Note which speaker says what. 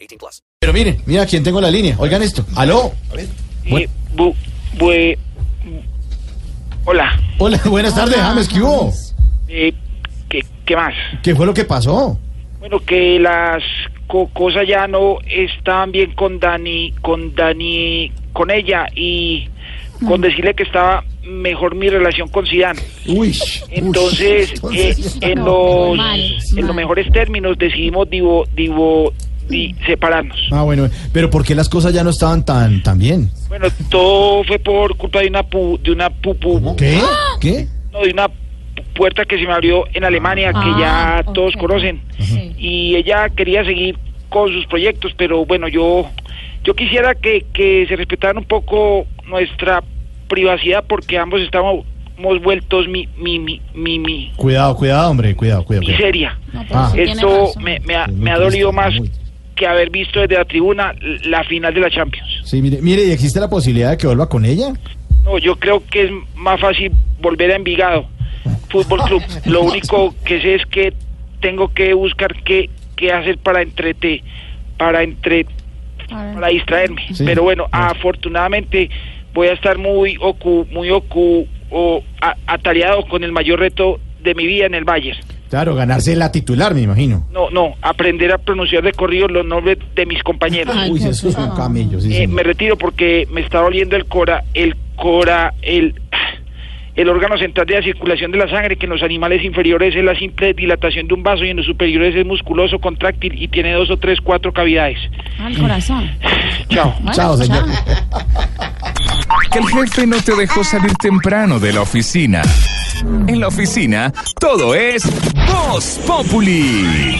Speaker 1: 18 plus.
Speaker 2: Pero miren, mira quién tengo en la línea. Oigan esto. Aló.
Speaker 3: Eh, bu- bue- bu- hola,
Speaker 2: Hola, buenas tardes, James. ¿Qué hubo?
Speaker 3: eh, ¿qué, qué más?
Speaker 2: ¿Qué fue lo que pasó?
Speaker 3: Bueno, que las co- cosas ya no están bien con Dani, con Dani, con ella y
Speaker 4: Mm.
Speaker 3: con decirle que estaba mejor mi relación con Zidane.
Speaker 2: Uy.
Speaker 3: Entonces,
Speaker 2: uy,
Speaker 3: eh,
Speaker 2: entonces-
Speaker 3: en,
Speaker 4: No,
Speaker 3: los,
Speaker 4: mal,
Speaker 3: en los
Speaker 4: mal.
Speaker 3: mejores términos decidimos divo, divo, di-
Speaker 4: Mm.
Speaker 3: separarnos.
Speaker 2: Ah, bueno, pero ¿por qué las cosas ya no estaban tan, tan bien?
Speaker 3: Bueno, todo fue por culpa de una pu- de una pu- pu-
Speaker 2: ¿Qué?
Speaker 3: ¡Ah!
Speaker 2: ¿Qué?
Speaker 3: No, de una pu- puerta que se me abrió en Alemania, que ya
Speaker 4: Ah,
Speaker 3: todos
Speaker 4: ok.
Speaker 3: conocen.
Speaker 4: Sí.
Speaker 3: Y ella quería seguir con sus proyectos, pero bueno, yo, yo quisiera que, que se respetaran un poco nuestra privacidad porque ambos estamos hemos vueltos mi, mi, mi, mi, mi-
Speaker 2: Cuidado, cuidado, hombre, cuidado, cuidado. cuidado.
Speaker 3: miseria.
Speaker 4: No, pero
Speaker 2: Ah.
Speaker 4: sí tiene
Speaker 3: Esto
Speaker 4: razón.
Speaker 3: me, me ha,
Speaker 2: Sí, muy
Speaker 3: me ha
Speaker 2: triste,
Speaker 3: dolido más
Speaker 2: muy.
Speaker 3: que haber visto desde la tribuna la final de la Champions.
Speaker 2: Sí, mire, mire, ¿y existe la posibilidad de que vuelva con ella?
Speaker 3: No, yo creo que es más fácil volver a Envigado, Fútbol Club. Lo único que sé es que tengo que buscar qué, qué hacer para entrete, para entre, para distraerme.
Speaker 2: Sí.
Speaker 3: Pero bueno, afortunadamente voy a estar muy ocu, muy ocu, o a- atareado con el mayor reto de mi vida en el Bayern.
Speaker 2: Claro, ganarse la titular, me imagino.
Speaker 3: No, no, aprender a pronunciar de corrido los nombres de mis compañeros.
Speaker 4: Ay,
Speaker 2: Uy,
Speaker 4: qué
Speaker 2: eso es un
Speaker 4: horror.
Speaker 2: camello, sí,
Speaker 3: Eh,
Speaker 2: señor.
Speaker 3: me retiro porque me está doliendo el cora, el cora, el, el órgano central de la circulación de la sangre, que en los animales inferiores es la simple dilatación de un vaso y en los superiores es musculoso, contráctil y tiene dos o tres, cuatro cavidades.
Speaker 4: Al corazón.
Speaker 3: Chao.
Speaker 4: Bueno,
Speaker 2: Chao, señor.
Speaker 5: que el jefe no te dejó salir temprano de la oficina. En la oficina, todo es Voz Populi.